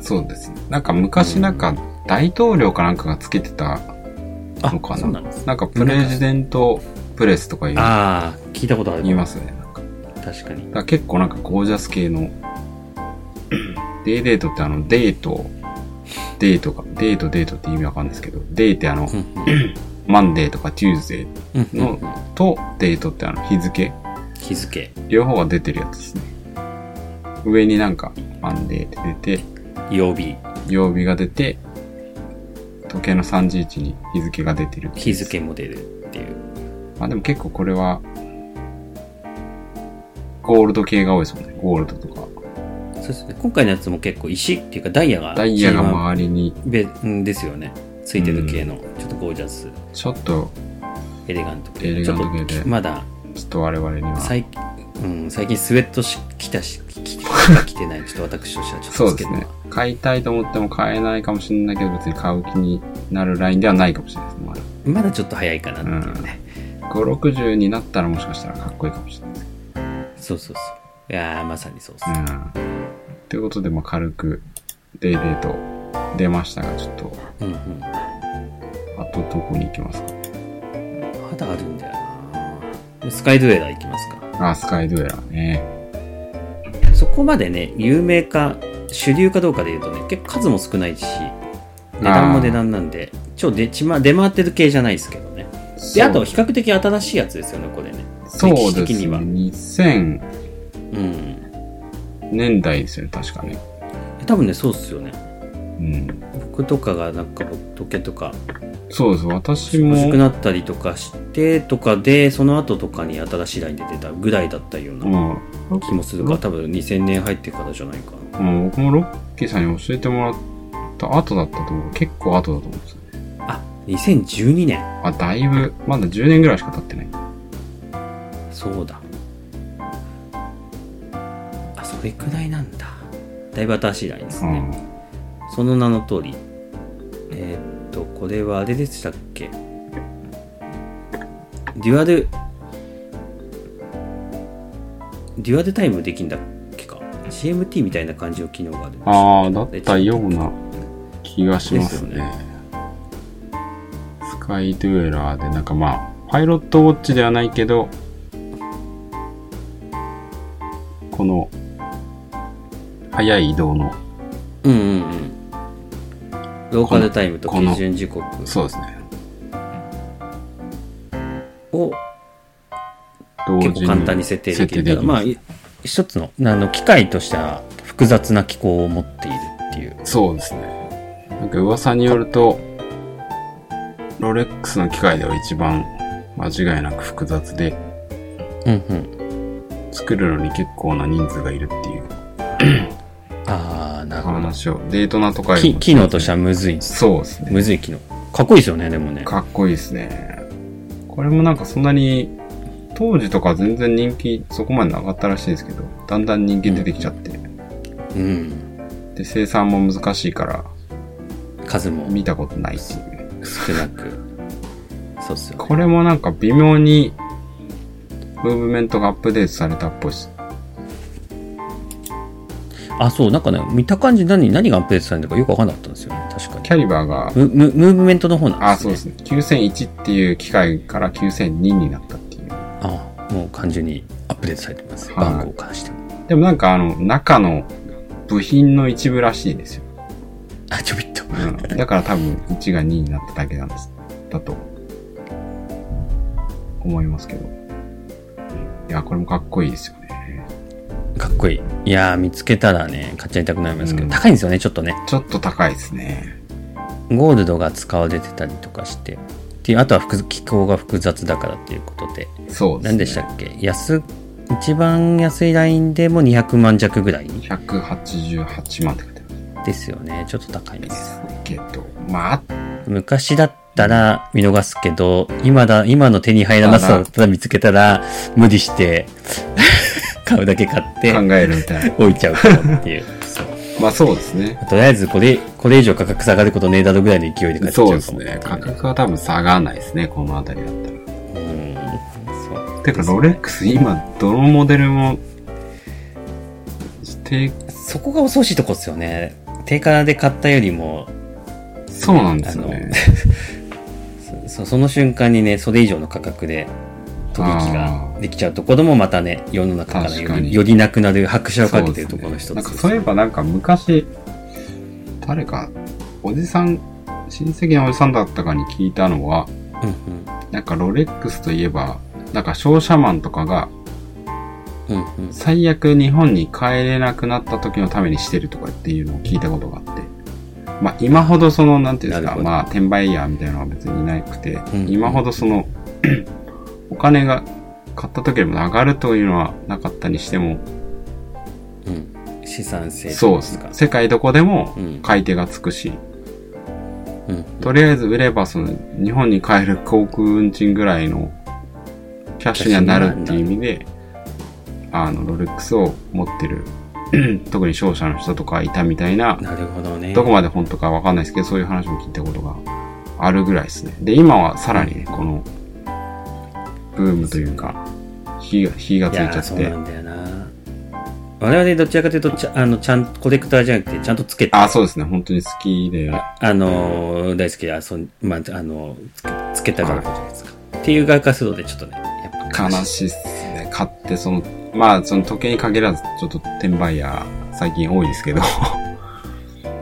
Speaker 1: そうですね。なんか昔なんか大統領かなんかがつけてた
Speaker 2: あ
Speaker 1: のか
Speaker 2: そうな
Speaker 1: なん
Speaker 2: です
Speaker 1: なんかプレジデントプレスとか言う
Speaker 2: ああ聞いたことある
Speaker 1: 言いますよね。なんかだ
Speaker 2: 確かに
Speaker 1: から結構なんかゴージャス系
Speaker 2: <clears throat>
Speaker 1: の、デイデートってあの、デート、デートか、デートデートって意味わかんないですけど、デーってあの
Speaker 2: う、んうん
Speaker 1: マンデーとかテューズデー
Speaker 2: うんうんうん
Speaker 1: とデートってあの、日付、
Speaker 2: 日付
Speaker 1: 両方が出てるやつですね。上になんか、マンデーって出て、
Speaker 2: 曜日
Speaker 1: 曜日が出て、時計の3時位置に日付が出てる。
Speaker 2: 日付も出るっていう
Speaker 1: まあでも結構これは、ゴールド系が多いですもんね。ゴールドとか。
Speaker 2: そうですね今回のやつも結構石っていうかダイヤが
Speaker 1: ダイヤが
Speaker 2: キーマン
Speaker 1: 周りに、
Speaker 2: べんですよねついてる系のちょっとゴージャス
Speaker 1: ちょっと、
Speaker 2: エレガント系
Speaker 1: エレガント系で
Speaker 2: ちょっとまだ
Speaker 1: ちょっと我々には、
Speaker 2: 最うん、最近スウェットし着たし着て着てないちょっと私としてはちょっと
Speaker 1: そう
Speaker 2: つ
Speaker 1: で
Speaker 2: け
Speaker 1: す
Speaker 2: るのは
Speaker 1: ね。買いたいと思っても買えないかもしれないけど、別に買う気になるラインではないかもしれないですね。まだ
Speaker 2: まだちょっと早いかなっていうね、
Speaker 1: 5、60になったらもしかしたらかっこいいかもしれないです。
Speaker 2: そうそうそういやーまさにそうですね、
Speaker 1: うん。ということで、まあ、軽く、デイデート出ましたが、ちょっと、
Speaker 2: うんうん
Speaker 1: あとどこに行きますか
Speaker 2: まだあるんだよなスカイドゥエラー行きますか
Speaker 1: あ、スカイドゥエラーね。
Speaker 2: そこまでね有名か主流かどうかでいうとね結構数も少ないし値段も値段なんで超出ちま出回ってる系じゃないですけどねであと比較的新しいやつですよねこれね
Speaker 1: そう
Speaker 2: 歴史
Speaker 1: で
Speaker 2: 的
Speaker 1: すね。
Speaker 2: には
Speaker 1: 2000
Speaker 2: うん
Speaker 1: 年代ですよね、確かね。
Speaker 2: 多分ねそうっすよね
Speaker 1: うん。
Speaker 2: 僕とかがなんか時計とか
Speaker 1: そうです。私も、
Speaker 2: 薄くなったりとかしてとかでその後とかに新しいラインで出たぐらいだったよう
Speaker 1: う。
Speaker 2: なん気もするから多分2000年入ってからじゃないか
Speaker 1: うん僕もロッキーさんに教えてもらった後だったと思う。結構後だと思うんですよね。
Speaker 2: なあ2012年
Speaker 1: あ、だいぶ、まだ10年ぐらいしか経ってない。
Speaker 2: そうだあそれくらいなんだだいぶ新しいラインです
Speaker 1: う
Speaker 2: ね、
Speaker 1: ん。
Speaker 2: その名の通り。えーっと、これはあれでしたっけデュアル、デュアルタイムできんだっけか ?CMT みたいな感じの機能があるんですよ
Speaker 1: ああ、だったような気がします
Speaker 2: ですよ
Speaker 1: ね。スカイドゥエラーで、なんかまあ、パイロットウォッチではないけど、この、速い移動の、
Speaker 2: うんうんうん。ローカルタイムと
Speaker 1: この
Speaker 2: 基準時刻
Speaker 1: そうですね。
Speaker 2: を
Speaker 1: 同時に
Speaker 2: 結構簡単に設定できる
Speaker 1: 設定で
Speaker 2: から
Speaker 1: き
Speaker 2: まあ
Speaker 1: ます
Speaker 2: い一つのあの機械としては複雑な機構を持っているっていう
Speaker 1: そうですね。なんか噂によると、ロレックスの機械では一番間違いなく複雑で、
Speaker 2: うんうん
Speaker 1: 作るのに結構な人数がいるっていう
Speaker 2: ああなるほど
Speaker 1: 話を、デートナとか
Speaker 2: き機能としてはむずいんです
Speaker 1: そうですね。
Speaker 2: むずい機能かっこいいですよねでもね
Speaker 1: かっこいいですね。これもなんかそんなに、当時とか全然人気そこまでなかったらしいですけど、だんだん人気出てきちゃって、
Speaker 2: うん
Speaker 1: で、生産も難しいから、
Speaker 2: 数も
Speaker 1: 見たことないっていう。
Speaker 2: 少なくそうっすよ
Speaker 1: これもなんか微妙に、ムーブメントがアップデートされたっぽいです。
Speaker 2: あそうなんかね見た感じ何何がアップデートされるのかよく分かんなかったんですよね確かに
Speaker 1: キャリバーが、
Speaker 2: ムムムーブメントの方なん
Speaker 1: あ、
Speaker 2: です
Speaker 1: そう
Speaker 2: ね
Speaker 1: ですね。9001っていう機械から9002になったっていう。
Speaker 2: あもう完全にアップデートされてます
Speaker 1: はい
Speaker 2: 番号からしても
Speaker 1: でもなんかあの、中の部品の一部らしいですよ。
Speaker 2: あちょびっと
Speaker 1: うん、だから多分1が2になっただけなんです。だと。思いますけど。いや、これもかっこいいですよね。
Speaker 2: かっこいいいやー見つけたらね買っちゃいたくなりますけど、
Speaker 1: うん
Speaker 2: 高いんですよねちょっとね
Speaker 1: ちょっと高いですね。
Speaker 2: ゴールドが使われてたりとかしてっていうあとは複機構が複雑だからっていうことで
Speaker 1: そうですね。
Speaker 2: 何でしたっけ安一番安いラインでも200万弱ぐらい
Speaker 1: ?188 万って書いてある
Speaker 2: ですよねちょっと高いんで
Speaker 1: ですすけど。まあ、
Speaker 2: 昔だったら見逃すけど今だ今の手に入らなさだったら見つけたら無理して <laughs> 買うだけ買っ
Speaker 1: 考
Speaker 2: て
Speaker 1: えるみ
Speaker 2: <laughs>
Speaker 1: たいな。
Speaker 2: 置いちゃうかもっ
Speaker 1: <laughs>
Speaker 2: ていうそう
Speaker 1: まあそうですね。
Speaker 2: とりあえずこれこれ以上価格下がることねえだろぐらいの勢いで買っちゃ
Speaker 1: そう
Speaker 2: うかも
Speaker 1: で
Speaker 2: っ
Speaker 1: す
Speaker 2: ていう
Speaker 1: ね。価格は多分下がらないですね、この辺りだったら。
Speaker 2: うんそう
Speaker 1: てか、ロレックス今、どのモデルも、して、
Speaker 2: そこが恐ろしいとこですよね定価で買ったよりも
Speaker 1: そうなんですよね。
Speaker 2: そその瞬間にねそれ以上の価格で取引ができちゃうところもまたね世の中から
Speaker 1: 確
Speaker 2: よ
Speaker 1: かに
Speaker 2: りよりなくなる拍車をかけてる
Speaker 1: そうです
Speaker 2: と
Speaker 1: ねな
Speaker 2: ころの一つ
Speaker 1: んかそういえばなんか昔、誰か、おじさん、親戚のおじさんだったかに聞いたのは、
Speaker 2: うん
Speaker 1: なんかロレックスといえば、なんか商社マンとかが
Speaker 2: うんうんうん
Speaker 1: 最悪日本に帰れなくなった時のためにしてるとかっていうのを聞いたことがあって、まあ今ほどその、なんていうんです
Speaker 2: なる
Speaker 1: か、
Speaker 2: ほど
Speaker 1: まあ転売ヤーみたいなのは別にいなくて、
Speaker 2: ん
Speaker 1: 今ほどその、 <clears throat> お金が買った時よりも上がるというのはなかったにしても、
Speaker 2: うん資産性
Speaker 1: そうですね。世界どこでも
Speaker 2: うん
Speaker 1: 買い手がつくし、
Speaker 2: うん
Speaker 1: とりあえず売ればその日本に帰る航空運賃ぐらいのキャッシュにはなるっていう意味で、あの、ロレックスを持ってる、 <clears throat> 特に商社の人とかいたみたいな、
Speaker 2: なるほどね。
Speaker 1: どこまで本当かわかんないですけど、そういう話も聞いたことがあるぐらいですね。で、今はさらにね、この、ブームというか、火が、火がつい
Speaker 2: い
Speaker 1: ちゃ
Speaker 2: や
Speaker 1: っ
Speaker 2: そうな
Speaker 1: て。
Speaker 2: んだよな我々どちらかというとちゃあのちゃんコレクターじゃなくてちゃんとつけて
Speaker 1: あ、そうですね。本当に好きで、
Speaker 2: ああのー大好きであそう、まあ、あのつけつけたからじゃないですか、っていう側からするとねちょっとねやっぱ
Speaker 1: 悲しいっすね。買って、その、まあ、その時計に限らず、ちょっと転売屋、最近多いですけ
Speaker 2: <laughs>
Speaker 1: ど、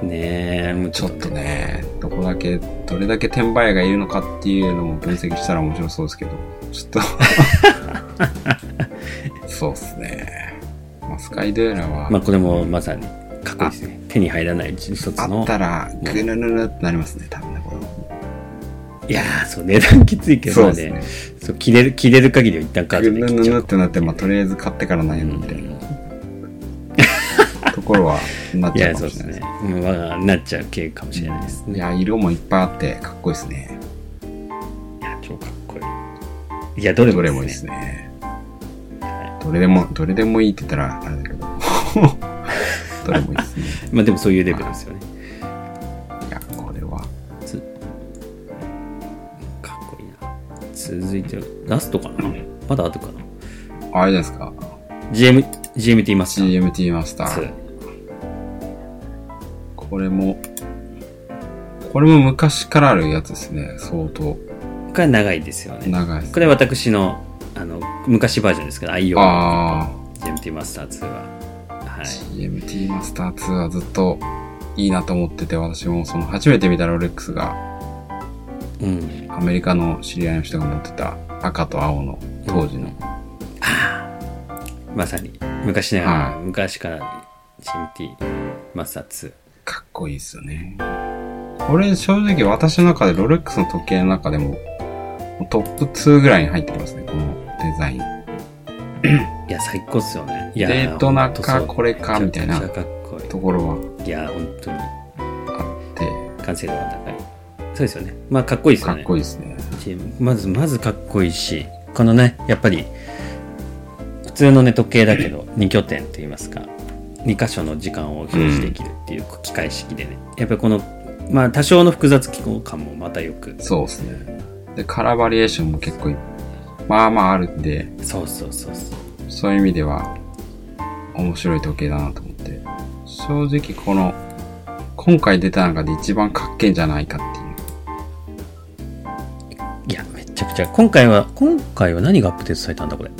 Speaker 2: いねえもう
Speaker 1: ちょっとね、どこだけ、どれだけ転売屋がいるのかっていうのも分析したら面白そうですけど、ちょ
Speaker 2: <laughs>
Speaker 1: っと、そうっすね。まあ、スカイドゥーラは、
Speaker 2: まあこれもまさにかっこいいですね手に入らないうちに一つ
Speaker 1: あ
Speaker 2: の
Speaker 1: ったら、ぐぬぬぬってなりますね、多分ね、これは。
Speaker 2: いやーそう値段きついけどまあね
Speaker 1: ね。
Speaker 2: そう切れる切れる限りは一旦カー
Speaker 1: ぐ
Speaker 2: ドで
Speaker 1: ぬ
Speaker 2: 切っ
Speaker 1: ぬ
Speaker 2: ちゃ
Speaker 1: ぬっ
Speaker 2: う
Speaker 1: てなって、まあ、とりあえず買ってから悩むみたいなところは、なっ
Speaker 2: い
Speaker 1: ちゃう
Speaker 2: や
Speaker 1: か
Speaker 2: そう
Speaker 1: も
Speaker 2: で
Speaker 1: しれ
Speaker 2: す
Speaker 1: ないです
Speaker 2: ね、うんまあ、なっちゃう系かもしれないですね
Speaker 1: いや、色もいっぱいあって、かっこいいですね。
Speaker 2: いや超かっこいいいやどれも
Speaker 1: ど
Speaker 2: いい
Speaker 1: れ
Speaker 2: です
Speaker 1: も
Speaker 2: ね
Speaker 1: いいですね
Speaker 2: は。
Speaker 1: どれでも、どれでもいいって言ったら、あれだけど。 <laughs> どれもいいです
Speaker 2: <laughs>
Speaker 1: ね。
Speaker 2: まあでもそういうレベルですよね。
Speaker 1: いや、これは。
Speaker 2: かっこいいな。続いて、ラストかなまだあるかな
Speaker 1: あれじゃないですか。
Speaker 2: ?GM、GMT マス
Speaker 1: CMT マスタ
Speaker 2: タ
Speaker 1: ー。
Speaker 2: ー
Speaker 1: これも、これも昔からあるやつですね。相当
Speaker 2: 2。これ長いですよね。
Speaker 1: 長いです。
Speaker 2: これ私の、あの、昔バージョンですけど、愛用
Speaker 1: あ
Speaker 2: GMT マスター2は。は
Speaker 1: あ、
Speaker 2: い。
Speaker 1: CMT マスター2はずっといいなと思ってて、私もその初めて見たロレックスが、
Speaker 2: うん。
Speaker 1: アメリカの知り合いの人が持ってた赤と青の当時の。
Speaker 2: まさに、昔ながら、
Speaker 1: はい
Speaker 2: 昔から GMT マスター2。
Speaker 1: かっこいいですよね。俺、正直私の中でロレックスの時計の中でも、トップ2ぐらいに入ってきますね、このデザイン。
Speaker 2: いや、最高っすよね。いや、
Speaker 1: デートな
Speaker 2: ほ
Speaker 1: か
Speaker 2: んとそう
Speaker 1: これかみたいな
Speaker 2: めちゃくちゃかっこ
Speaker 1: ところはい
Speaker 2: い。いや、本当に、
Speaker 1: あっ
Speaker 2: 完成度が高い。そうですよね。まあ、かっこいいで
Speaker 1: て、
Speaker 2: すよ
Speaker 1: か
Speaker 2: ね
Speaker 1: っ。こいいですね。
Speaker 2: チームまずまずかっこいいしこのねやっぱり普通のね時計だけど2拠点といいますか2箇所の時間を表示できるっていう機械式でね、やっぱりこのまあ多少の複雑機構感もまたよく
Speaker 1: そうですね。で、カラーバリエーションも結構いまあまああるんで、
Speaker 2: そうそうそうそう
Speaker 1: そういう意味では、面白い時計だなと思って。正直この、今回出た中で一番かっけえんじゃないかっていう。
Speaker 2: いやめちゃくちゃ今回は今回は何がアップデートされたんだこれ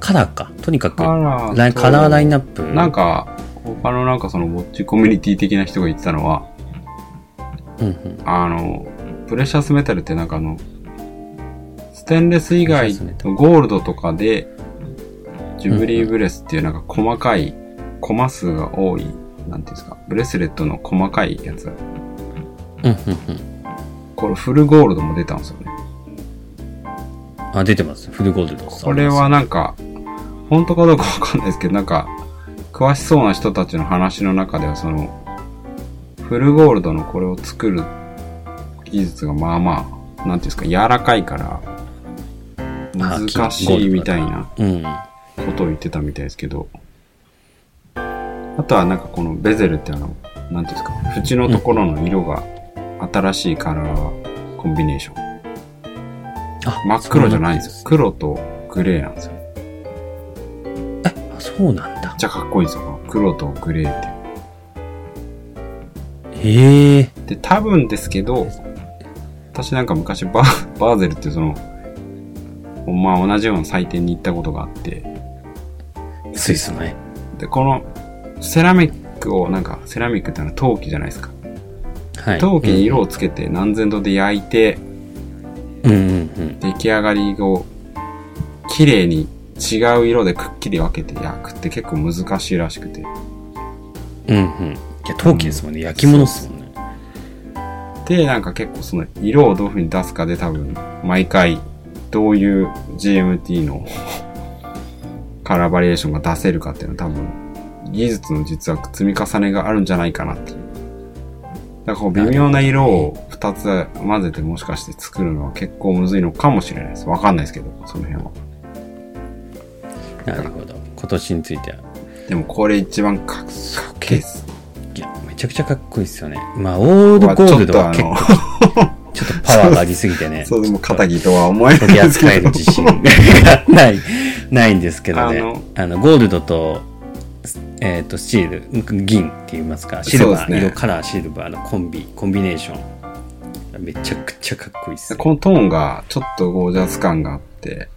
Speaker 2: カラーかとにかく
Speaker 1: カラーと
Speaker 2: ラインカラーラインナップ
Speaker 1: なんか、他のなんかその、ウォッチコミュニティ的な人が言ってたのは、
Speaker 2: うんうん
Speaker 1: あの、プレシャスメタルってなんかあの、ステンレス以外
Speaker 2: プレシャスメタ
Speaker 1: のゴールドとかで、ジュブリーブレスっていうなんか細かい、コマ数が多い、なんていうんですか、ブレスレットの細かいやつ。
Speaker 2: うんうんうん
Speaker 1: これフルゴールドも出たんですよね。
Speaker 2: あ出てますフルゴールド
Speaker 1: これはなんか、本当かどうかわかんないですけど、なんか、詳しそうな人たちの話の中では、その、フルゴールドのこれを作る技術がまあまあ、なんていうんですか、柔らかいから、
Speaker 2: あ
Speaker 1: 難しいみたいな
Speaker 2: うん
Speaker 1: ことを言ってたみたいですけど、あとはなんかこのベゼルってあの、なんていうんですか、縁のところの色が新しいカラーコンビネーション。
Speaker 2: あ
Speaker 1: 真っ黒じゃないんですよ。黒とグレーなんですよ。
Speaker 2: あそうなん
Speaker 1: め
Speaker 2: だ
Speaker 1: っちゃかっこいいんですよ。この黒とグレーっ
Speaker 2: へえ
Speaker 1: て。で、多分ですけど、私なんか昔バー <laughs> バーゼルっていうその、まあ同じような祭典に行ったことがあって、
Speaker 2: スイスのね
Speaker 1: で、このセラミックをなんか、セラミックってのは陶器じゃないですか。
Speaker 2: はい
Speaker 1: 陶器に色をつけて何千度で焼いて、
Speaker 2: うんうん
Speaker 1: 出来上がりを綺麗に違う色でくっきり分けて焼くって結構難しいらしくて。
Speaker 2: うんうんうんいや陶器ですもんね、焼き物ですもんね
Speaker 1: で、なんか結構その色をどういう風に出すかで多分、毎回、どういう GMT の <laughs> カラーバリエーションが出せるかっていうのは多分、技術の実は積み重ねがあるんじゃないかなっていう。だからこう微妙な色を2つ混ぜてもしかして作るのは結構むずいのかもしれないです。わかんないですけど、その辺は。
Speaker 2: なるほど今年については。
Speaker 1: でもこれ一番かっけえっす。
Speaker 2: いや、めちゃくちゃかっこいいですよね。まあ、オールゴールドは
Speaker 1: まあち
Speaker 2: 結
Speaker 1: ょ
Speaker 2: 構
Speaker 1: っと、
Speaker 2: ちょっとパワーがありすぎて
Speaker 1: <laughs>
Speaker 2: ね。
Speaker 1: そう、でも
Speaker 2: ちょっと
Speaker 1: 肩着とは思えない
Speaker 2: 取り
Speaker 1: ですけ
Speaker 2: 扱える
Speaker 1: ど。
Speaker 2: 自信 <laughs> がない、ないんですけどね。
Speaker 1: あ
Speaker 2: あ
Speaker 1: の
Speaker 2: の、ゴールドと、えっ、と、スチール、銀って言いますか、シル
Speaker 1: そ
Speaker 2: バ
Speaker 1: う
Speaker 2: ー、
Speaker 1: ですね
Speaker 2: 色、カラー、シルバーのコンビ、コンビネーション。めちゃくちゃかっこいいっす、ね。
Speaker 1: このトーンがちょっとゴージャス感があって、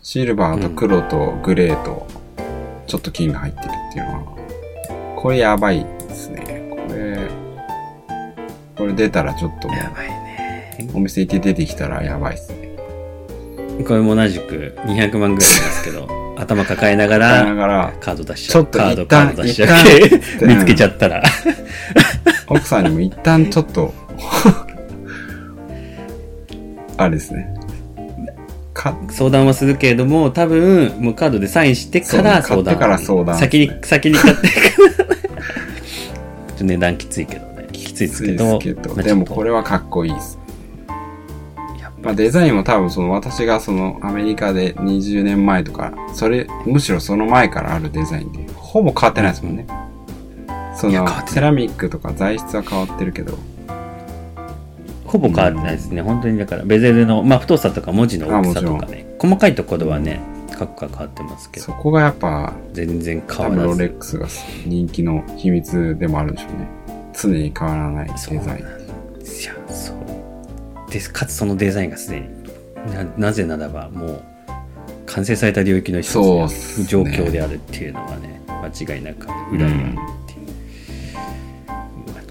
Speaker 1: シルバーと黒とグレーと、ちょっと金が入ってるっていうのは、これやばいですね。これ、これ出たらちょっとも
Speaker 2: やばいね。
Speaker 1: う、お店行って出てきたらやばいですね。
Speaker 2: これも同じく200万ぐらいなんです
Speaker 1: <laughs>
Speaker 2: けど、頭抱えなが、
Speaker 1: だからら、
Speaker 2: カード出しちゃう。
Speaker 1: ちょっと
Speaker 2: カード、
Speaker 1: 一
Speaker 2: カ
Speaker 1: 旦
Speaker 2: ード出しちゃ
Speaker 1: 一
Speaker 2: う。 <laughs> 見つけちゃ
Speaker 1: っ
Speaker 2: ったら。
Speaker 1: 奥さんにも一旦ちょっ
Speaker 2: <laughs>
Speaker 1: と、あれですね。か、
Speaker 2: 相談はするけれども、多分、もうカードでサインしてから
Speaker 1: そう買
Speaker 2: 相
Speaker 1: って
Speaker 2: 談。
Speaker 1: から相談
Speaker 2: 先に、先に買って <laughs> から。ちょっと値段きついけどね。きついですけど。
Speaker 1: きついですけど
Speaker 2: まあ
Speaker 1: でもこれ
Speaker 2: ち
Speaker 1: はかっこいいです。
Speaker 2: ょっとやっぱ
Speaker 1: まあ、デザインも多分その私がそのアメリカで20年前とか、それ、むしろその前からあるデザインで、ほぼ変わってないですもんね。そ
Speaker 2: いや
Speaker 1: の
Speaker 2: 変わってない
Speaker 1: セラミックとか材質は変わってるけど、
Speaker 2: ほぼ変わってないですね。本当にだから、ベゼルの、まあ、太さとか文字の大きさと
Speaker 1: あ
Speaker 2: かね。細かいところはね、価格が変わってますけ
Speaker 1: そ
Speaker 2: ど、
Speaker 1: こがやっぱ、
Speaker 2: 全然
Speaker 1: 多
Speaker 2: 変
Speaker 1: 分
Speaker 2: わら
Speaker 1: ロレ
Speaker 2: ず。
Speaker 1: ックスが人気の秘密でもあるんでしょうね。常に変わらない
Speaker 2: そう
Speaker 1: デ
Speaker 2: な
Speaker 1: ザイ
Speaker 2: ん
Speaker 1: ン。
Speaker 2: ですよ。そう。です。かつそのデザインがすでに、ななぜならば、もう、完成された領域の一つ
Speaker 1: そうっ
Speaker 2: の
Speaker 1: すね
Speaker 2: 状況であるっていうのはね、間違いなく裏にあるっていう。うわ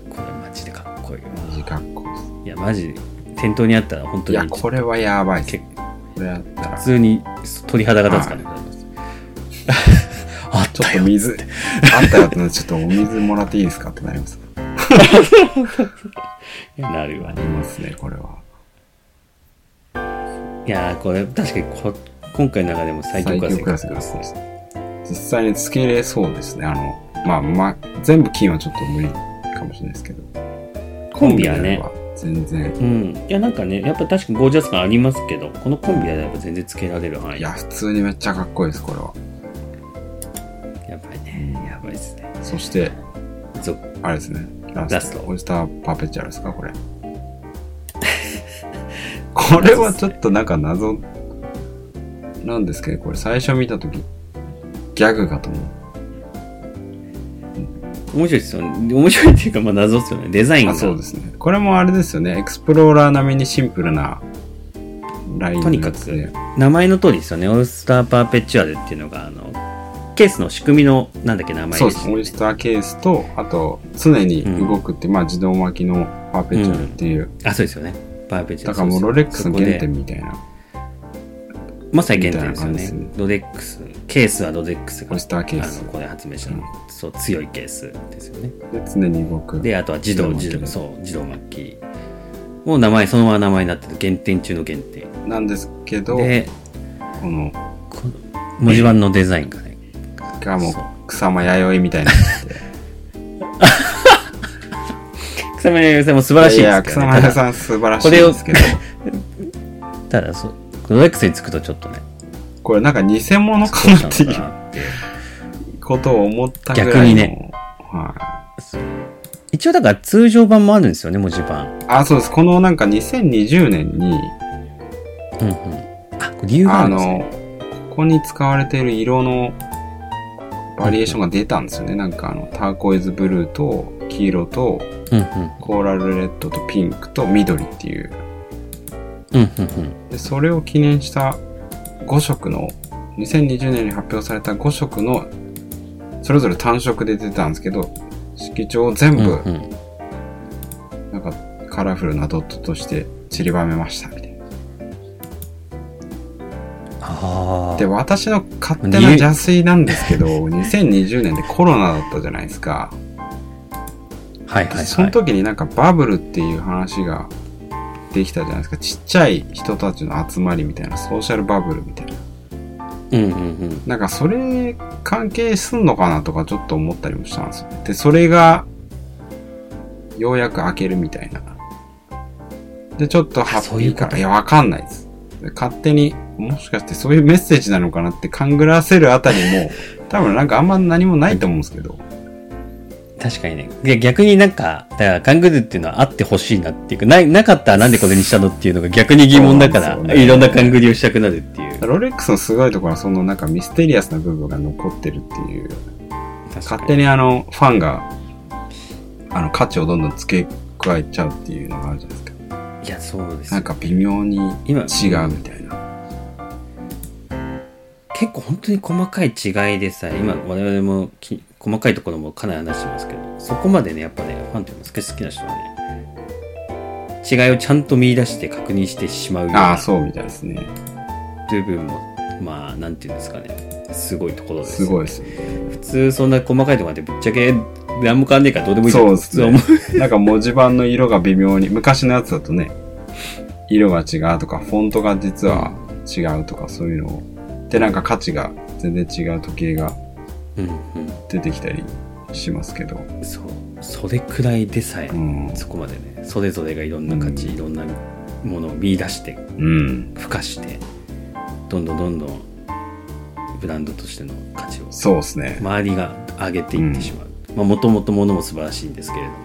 Speaker 2: これマジでかっこいいわ。
Speaker 1: マジ格好です。
Speaker 2: いや、マジ、店頭にあったら本当
Speaker 1: い
Speaker 2: に
Speaker 1: や、、これはやばいです。
Speaker 2: 結構
Speaker 1: これやった
Speaker 2: <laughs>
Speaker 1: ら、
Speaker 2: 普
Speaker 1: ちょ
Speaker 2: 通に鳥肌が立つからでございます。 <laughs> あった
Speaker 1: っと
Speaker 2: よ。 <laughs>
Speaker 1: 水、あったらってのでちょっとお水もらっていいですかってなります。
Speaker 2: なるわ
Speaker 1: なり。
Speaker 2: ね
Speaker 1: ますね、これは。
Speaker 2: いやー、これ、確かにこ、今回の中でも最強クラス
Speaker 1: 最強クラスがそうです実際につけれそうですね。あの、まあ、ま、全部金はちょっと無理かもしれないですけど。
Speaker 2: コンビはね
Speaker 1: コンビであれば全然。
Speaker 2: うん、いやなんかねやっぱ確かにゴージャス感ありますけどこのコンビはやっぱ全然つけられる範囲
Speaker 1: いや、普通にめっちゃかっこいいです、これは。
Speaker 2: やばいねやばいですね
Speaker 1: そして、
Speaker 2: ぞ
Speaker 1: あれですね。ラ
Speaker 2: ラ
Speaker 1: ス
Speaker 2: ス
Speaker 1: ト。
Speaker 2: ト
Speaker 1: オイスターパペチュアルですか、これ。 <laughs> これはちょっとなんか謎なんですけど、これ最初見たとき、ギャグかと思う。
Speaker 2: 面白いですよね面白いっていうかまあ謎ですよねデザイン
Speaker 1: あ
Speaker 2: が
Speaker 1: そうですね。これもあれですよね。エクスプローラー並みにシンプルなライン
Speaker 2: とにかく名前の通りですよねオールスターパーペチュアルっていうのがあのケースの仕組みのなんだっけ名前
Speaker 1: そう
Speaker 2: で
Speaker 1: ですす。オイスターケースと、あと、常に動くって、まあ自動巻きのパーペチュアルっていう。
Speaker 2: あそうですよねパーペチュ
Speaker 1: だ
Speaker 2: アル
Speaker 1: からもう
Speaker 2: そ
Speaker 1: ロ
Speaker 2: そ
Speaker 1: レックスの原点みたいな。
Speaker 2: そこでまさに原点ですよ
Speaker 1: みたいな感
Speaker 2: ね
Speaker 1: じですね
Speaker 2: ロレックスケースはロレックス
Speaker 1: オ
Speaker 2: が
Speaker 1: イスターケース
Speaker 2: あの。ここで発明したの、そう強いケースですよね
Speaker 1: で、常に動く。
Speaker 2: で、あとは自動、
Speaker 1: 自
Speaker 2: 自
Speaker 1: 動
Speaker 2: 動、
Speaker 1: 末期
Speaker 2: そう、自動末期。もう名前、そのまま名前になってる。原点中の原点。
Speaker 1: なんですけど、こ
Speaker 2: で、
Speaker 1: の、
Speaker 2: この文字盤のデザインがね。
Speaker 1: がもう
Speaker 2: そう、
Speaker 1: 草間弥生みた
Speaker 2: <laughs>
Speaker 1: いな。
Speaker 2: 草間彌生さんも素晴らしい
Speaker 1: い
Speaker 2: で
Speaker 1: や、
Speaker 2: すけ
Speaker 1: 草
Speaker 2: ど、ね。
Speaker 1: 間弥生
Speaker 2: ただ
Speaker 1: さん素晴らしいですけど、
Speaker 2: ただ、そう、ロレックスにつくとちょっとね、
Speaker 1: これなんか偽物か
Speaker 2: そう
Speaker 1: な
Speaker 2: なの
Speaker 1: ってい
Speaker 2: か
Speaker 1: う
Speaker 2: なっていう。
Speaker 1: ことを思ったぐらいの。
Speaker 2: 逆にね
Speaker 1: はい。
Speaker 2: 一応、だから通常版もあるんですよね、文字盤。
Speaker 1: あ、そうです。このなんか2020年に、
Speaker 2: うんうん。あ、これ理由があ
Speaker 1: あ
Speaker 2: るんですね。
Speaker 1: の、ここに使われている色のバリエーションが出たんですよね。なんかあの、ターコイズブルーと黄色と
Speaker 2: うん
Speaker 1: コーラルレッドとピンクと緑っていう。
Speaker 2: うん。うんうんうん。
Speaker 1: で、それを記念した5色の、2020年に発表された5色の、それぞれ単色で出てたんですけど、色調を全
Speaker 2: う
Speaker 1: 部、
Speaker 2: んうん、
Speaker 1: なんかカラフルなドットとして散りばめましたみたいな。
Speaker 2: あ
Speaker 1: で、
Speaker 2: あ。
Speaker 1: 私の勝手な邪推なんですけど、2020年で
Speaker 2: <laughs>
Speaker 1: コロナだったじゃないですか。
Speaker 2: はいはいはい。
Speaker 1: その時になんかバブルっていう話ができたじゃないですか。ちっちゃい人たちの集まりみたいな、ソーシャルバブルみたいな。
Speaker 2: うんうんうん。
Speaker 1: なんかそれ関係すんのかなとかちょっと思ったりもしたんですよ。で、それがようやく開けるみたいな。で、ちょっとハッ
Speaker 2: そう
Speaker 1: ピ
Speaker 2: い
Speaker 1: ー
Speaker 2: うこ
Speaker 1: か
Speaker 2: と
Speaker 1: ら。いや、わかんないです。で勝手にもしかしてそういうメッセージなのかなって勘ぐらせるあたりも、多分なんかあんま何もないと思うんですけど。
Speaker 2: 確かにね。で逆になんか、だから、カングルーっていうのはあってほしいなっていうか、ない、なかったらなんでこれにしたのっていうのが逆に疑問だか
Speaker 1: そう
Speaker 2: ら、
Speaker 1: なんですよね
Speaker 2: いろんなカングリをしたくなるっていう。
Speaker 1: ロレックスのすごいところはそのなんかミステリアスな部分が残ってるっていう、勝手にあの、ファンが、あの、価値をどんどん付け加えちゃうっていうのがあるじゃないですか。
Speaker 2: いや、そうです。
Speaker 1: なんか微妙に違
Speaker 2: 今
Speaker 1: うみたいな。
Speaker 2: 結構本当に細かい違いでさ、今我々もき細かいところもかなり話してますけど、そこまでね、やっぱね、ファンっていうのは好き好きな人はね、違いをちゃんと見出して確認してしまうよう
Speaker 1: あ
Speaker 2: な
Speaker 1: あ、そうみたいですね。
Speaker 2: 部分も、まあ、なんていうんですかね、すごいところです。
Speaker 1: すごいですね。
Speaker 2: 普通そんな細かいところでぶっちゃけ何も変わんねえからどうでもいいじゃん
Speaker 1: そうですね
Speaker 2: 普通は思
Speaker 1: なんか文字盤の色が微妙に、昔のやつだとね、色が違うとか、フォントが実は違うとか、そういうのを。で、なんか価値が全然違う時計が
Speaker 2: ううん
Speaker 1: 出てきたりしますけど。
Speaker 2: うんそうそれくらいでさえ、
Speaker 1: うん。
Speaker 2: そこまでねそれぞれがいろんな価値、
Speaker 1: うん
Speaker 2: いろんなものを見出して
Speaker 1: うん。
Speaker 2: 付加してどんどんどんどんブランドとしての価値を
Speaker 1: そうですね。
Speaker 2: 周りが上げていってしまう、まあもともとものも素晴らしいんですけれども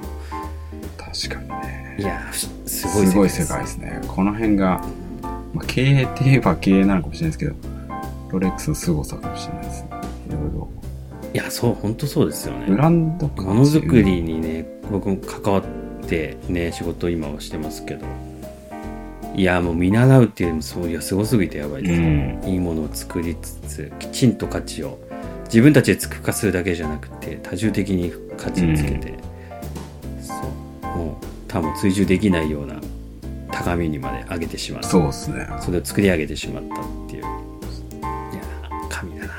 Speaker 1: 確かにね。
Speaker 2: いやーふしすごい
Speaker 1: すごい世
Speaker 2: 界
Speaker 1: 界
Speaker 2: で
Speaker 1: ですすね。この辺が、まあ、経営って言えば経営なのかもしれないですけど、ロレックスの凄さかもしれないですね。いろいろ。
Speaker 2: いやそう本当そうですよね
Speaker 1: ブランド感
Speaker 2: ものづくりにね僕も関わってね仕事を今はしてますけどいやもう見習うっていうよりもそういやすごすぎてやばいです、
Speaker 1: うん
Speaker 2: いいものを作りつつきちんと価値を自分たちで付加するだけじゃなくて多重的に価値をつけて、そうもう他も追従できないような高みにまで上げてしまう
Speaker 1: そうですね。
Speaker 2: それを作り上げてしまったっていういや神だな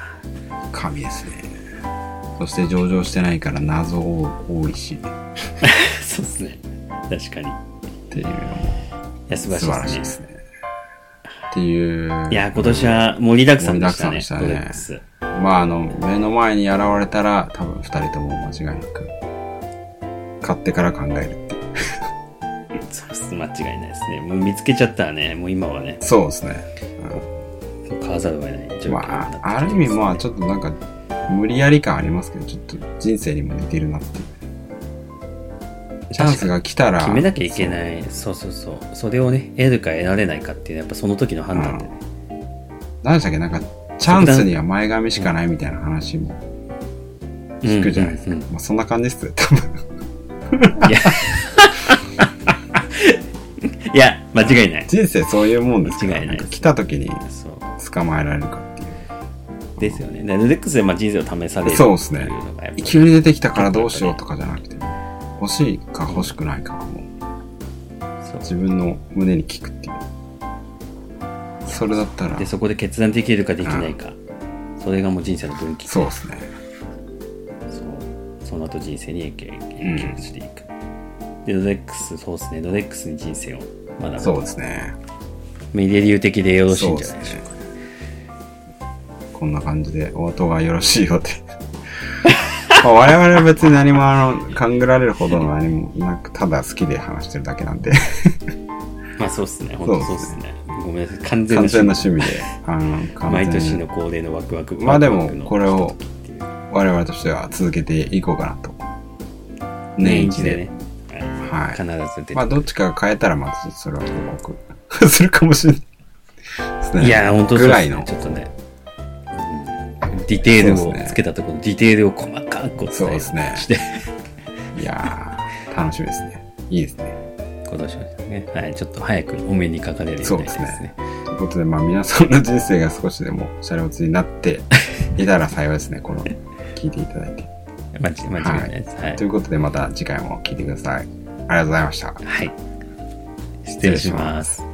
Speaker 1: 神ですねそして上場してないから謎多いしっ
Speaker 2: <laughs> そうですね確かにい
Speaker 1: ていうの
Speaker 2: や素晴
Speaker 1: も素晴
Speaker 2: ら
Speaker 1: ら
Speaker 2: し
Speaker 1: しい
Speaker 2: いで
Speaker 1: です
Speaker 2: ね
Speaker 1: すねっていう
Speaker 2: いや、今年は盛りだくさんでした
Speaker 1: 盛りだくさん
Speaker 2: ね、
Speaker 1: でしたね
Speaker 2: ロレックス。
Speaker 1: まああの目の前に現れたら多分2人とも間違いなく買ってから考えるっていう
Speaker 2: そうっす間違いないですね。もう見つけちゃったらね、もう今はね、
Speaker 1: そうですね、
Speaker 2: 買わざるを得ない
Speaker 1: うん
Speaker 2: 状況に
Speaker 1: ま
Speaker 2: なって
Speaker 1: あある意味まあちょっとなんか無理やり感ありますけどちょっと人生にも似てるなっていうチャンスが来たら
Speaker 2: 決めなきゃいけない。そうそうそうそれをね、得るか得られないかっていうのはやっぱその時の判断でね。
Speaker 1: 何でしたっけなんかチャンスには前髪しかないみたいな話も聞くじゃないですか、
Speaker 2: うんうんうん
Speaker 1: まあ、そんな感じです <laughs> よ多分
Speaker 2: いや、間違いない。
Speaker 1: 人生そういうもんですから
Speaker 2: 間違いな
Speaker 1: ないんか来た時に
Speaker 2: そう。
Speaker 1: 捕まえられるかっていう
Speaker 2: ですよね。でロレックスでまあ人生を試されるってい
Speaker 1: そうう
Speaker 2: の
Speaker 1: っすね
Speaker 2: がやっぱり
Speaker 1: 急に出てきたからどうしようとかじゃなくて欲しいか欲しくないかはもう
Speaker 2: そう
Speaker 1: 自分の胸に聞くっていうそれだったら
Speaker 2: で、そこで決断できるかできないか。それがもう人生の分岐点
Speaker 1: そうですね
Speaker 2: そうその後人生に影響
Speaker 1: ん
Speaker 2: 影響していく、でロレックスそうですねロレックスに人生をまだ
Speaker 1: そうですね
Speaker 2: メディ流的でよろしい
Speaker 1: そ
Speaker 2: ん
Speaker 1: う
Speaker 2: じ
Speaker 1: で
Speaker 2: ゃな
Speaker 1: す
Speaker 2: いでしょう
Speaker 1: ね
Speaker 2: か
Speaker 1: こんな感じでお後がよろしいよってまあ我々は別に何もあの勘ぐられるほどの何もなくただ好きで話してるだけなんで
Speaker 2: まあそうですね本当そ
Speaker 1: そうう
Speaker 2: で
Speaker 1: っ
Speaker 2: す
Speaker 1: す
Speaker 2: ねごめんなさい完全
Speaker 1: 完
Speaker 2: な
Speaker 1: 全な趣味であの完全に
Speaker 2: 毎年の恒例のワクワク
Speaker 1: まあでも
Speaker 2: ワクワクの
Speaker 1: これを
Speaker 2: ひとときっていう
Speaker 1: 我々としては続けていこうかなと。年一で。
Speaker 2: ね、は、
Speaker 1: はいい
Speaker 2: 必ず出てくる、
Speaker 1: まあ、どっちかが変えたら、まずそれは報告 <laughs> するかもしれないですね。
Speaker 2: いや本当そう
Speaker 1: ぐ
Speaker 2: で
Speaker 1: ら
Speaker 2: す
Speaker 1: い
Speaker 2: ね
Speaker 1: の
Speaker 2: ち。ょっとね、うんディテール
Speaker 1: そう
Speaker 2: を
Speaker 1: ですね
Speaker 2: つけたところ、ディテールを細かくお
Speaker 1: そう
Speaker 2: 伝え
Speaker 1: ですね
Speaker 2: して
Speaker 1: いやー、楽しみですね。いいですね。
Speaker 2: 今年はね、はい、ちょっと早くお目にかかれるようになりたいですね
Speaker 1: ということで、まあ、皆さんの人生が少しでもシャレオツになって <laughs> いたら幸いですね。この、聞いていただいて。
Speaker 2: 間違間違いないです、はい
Speaker 1: ということで、また次回も聞いてください。ありがとうございました。
Speaker 2: はい。失礼します。